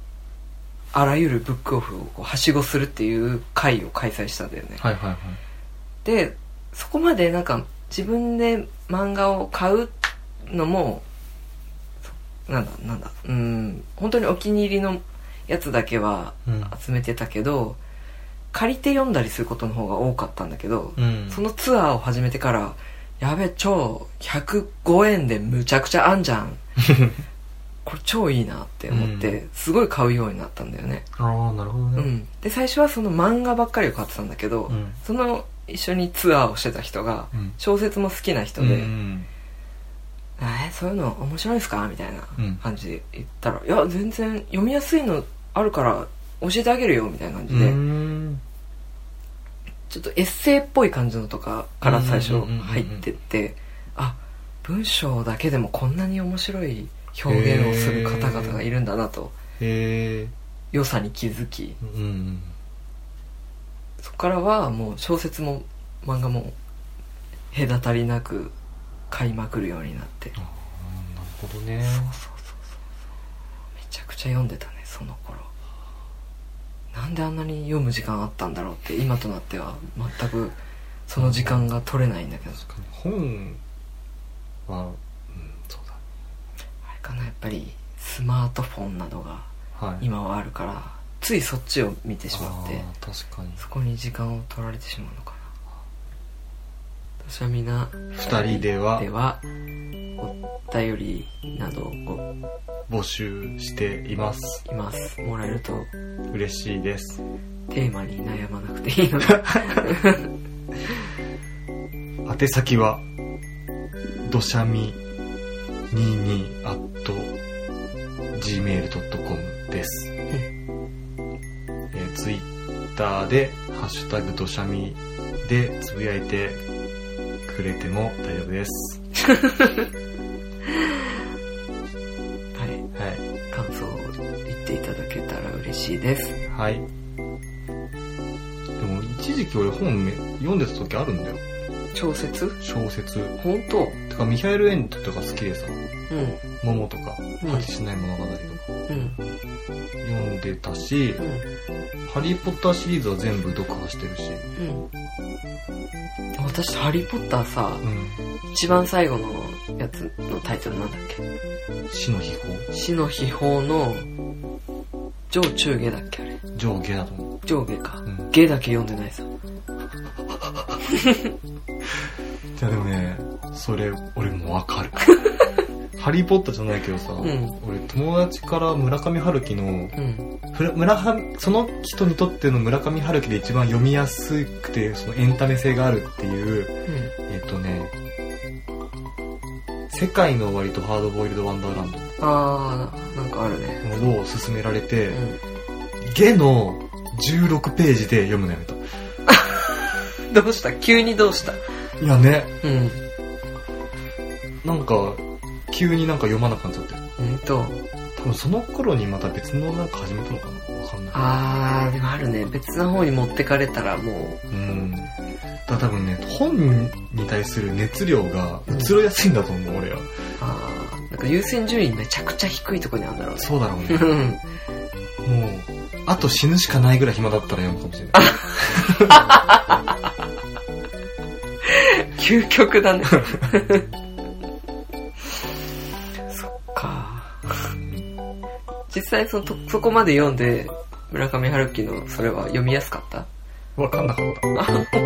Speaker 1: あらゆるブックオフをこうはしごするっていう会を開催したんだよね
Speaker 2: はいはいはい
Speaker 1: でそこまでなんか自分で漫画を買うのもそなんだなんだうん本当にお気に入りのやつだけは
Speaker 2: うん
Speaker 1: 集めてたけど借りて読んだりすることの方が多かったんだけど、
Speaker 2: うん
Speaker 1: そのツアーを始めてから、やべ、超105円でむちゃくちゃあんじゃ
Speaker 2: <laughs>
Speaker 1: ん。これ超いいなって思って、すごい買うようになったんだよね。
Speaker 2: ああなるほど
Speaker 1: う
Speaker 2: ね
Speaker 1: ん。で、最初はその漫画ばっかりを買ってたんだけど、
Speaker 2: うん
Speaker 1: その一緒にツアーをしてた人が、
Speaker 2: うん
Speaker 1: 小説も好きな人
Speaker 2: うん
Speaker 1: で、
Speaker 2: うん
Speaker 1: えーそういうの面白いんすかみたいな
Speaker 2: うん
Speaker 1: 感じで言ったら、いや、全然読みやすいのあるから教えてあげるよ、みたいな感
Speaker 2: う
Speaker 1: じで、
Speaker 2: ん
Speaker 1: ちょっとエッセイっぽい感じのとかから最初
Speaker 2: うんうんうんうん
Speaker 1: 入ってってあ文章だけでもこんなに面白い表現をする方々がいるんだなと
Speaker 2: へえ
Speaker 1: 良さに気づき
Speaker 2: うん
Speaker 1: そこからはもう小説も漫画も隔たりなく買いまくるようになってそう
Speaker 2: なるほどね
Speaker 1: そうそうそうめちゃくちゃ読んでたねその頃なんであんなに読む時間あったんだろうって今となっては全くその時間が取れないんだけど
Speaker 2: 確かに本はうんそうだ
Speaker 1: あれかなやっぱりスマートフォンなどが
Speaker 2: はい
Speaker 1: 今はあるからついそっちを見てしまって
Speaker 2: あー確かに
Speaker 1: そこに時間を取られてしまうのかな私はみんな
Speaker 2: 二人では
Speaker 1: ではお便りなどを
Speaker 2: 募集しています
Speaker 1: いますもらえると
Speaker 2: 嬉しいです
Speaker 1: テーマに悩まなくていい
Speaker 2: <laughs>
Speaker 1: ので
Speaker 2: 宛先はどしゃみ22 at gmail.com です、えー、ツイッターで「ハッシュタグどしゃみ」でつぶやいてくれても大丈夫で
Speaker 1: は
Speaker 2: す
Speaker 1: いしいです。
Speaker 2: はいでも一時期俺本め読んでた時あるんだよ
Speaker 1: 小説
Speaker 2: 小説
Speaker 1: 本当
Speaker 2: てかミハエル・エントとか好きでさ
Speaker 1: うん。
Speaker 2: 「桃」とか「
Speaker 1: うん
Speaker 2: 果てしない物語」とか
Speaker 1: うん。
Speaker 2: 読んでたし
Speaker 1: うん。
Speaker 2: 「ハリー・ポッター」シリーズは全部読破してるし
Speaker 1: うん。私、ハリーポッターさ、
Speaker 2: うん
Speaker 1: 一番最後のやつのタイトルなんだっけ
Speaker 2: 死の秘宝
Speaker 1: 死の秘宝の、上中下だっけあれ。
Speaker 2: 上下だと思う、
Speaker 1: 上下か
Speaker 2: う。ん、
Speaker 1: 下だけ読んでないさ。
Speaker 2: いやでもねそれ俺もわ <laughs> かるハリー・ポッターじゃないけどさ、
Speaker 1: ん
Speaker 2: 俺友達から村上春樹の
Speaker 1: うん。
Speaker 2: ふら村はその人にとっての村上春樹で一番読みやすくてそのエンタメ性があるっていう
Speaker 1: うん。
Speaker 2: えっとね「世界の終わり」と「ハードボイルド・ワンダーランド
Speaker 1: あー、なんかあるね。」
Speaker 2: を勧められて、
Speaker 1: う
Speaker 2: ゲの16ページで読むのやめたい
Speaker 1: ん。どうした急にどうした
Speaker 2: やね
Speaker 1: うん。
Speaker 2: なんか急になんか読まなくなっちゃって
Speaker 1: うんと、
Speaker 2: 多分その頃にまた別のなんか始めたのかなわかんない
Speaker 1: あー、でもあるね。別の方に持ってかれたらも
Speaker 2: うんだから多分ね本に対する熱量が移ろいやすいんだと思う、俺は
Speaker 1: う、あー、なんか優先順位めちゃくちゃ低いとこにあるんだろうね。
Speaker 2: そうだろうね
Speaker 1: うん。
Speaker 2: もう、あと死ぬしかないぐらい暇だったら読むかもしれない。
Speaker 1: 究極 <laughs> だね。そっか。実際そのとそこまで読んで、村上春樹のそれは読みやすかった
Speaker 2: わかんなかった。
Speaker 1: あ、本当。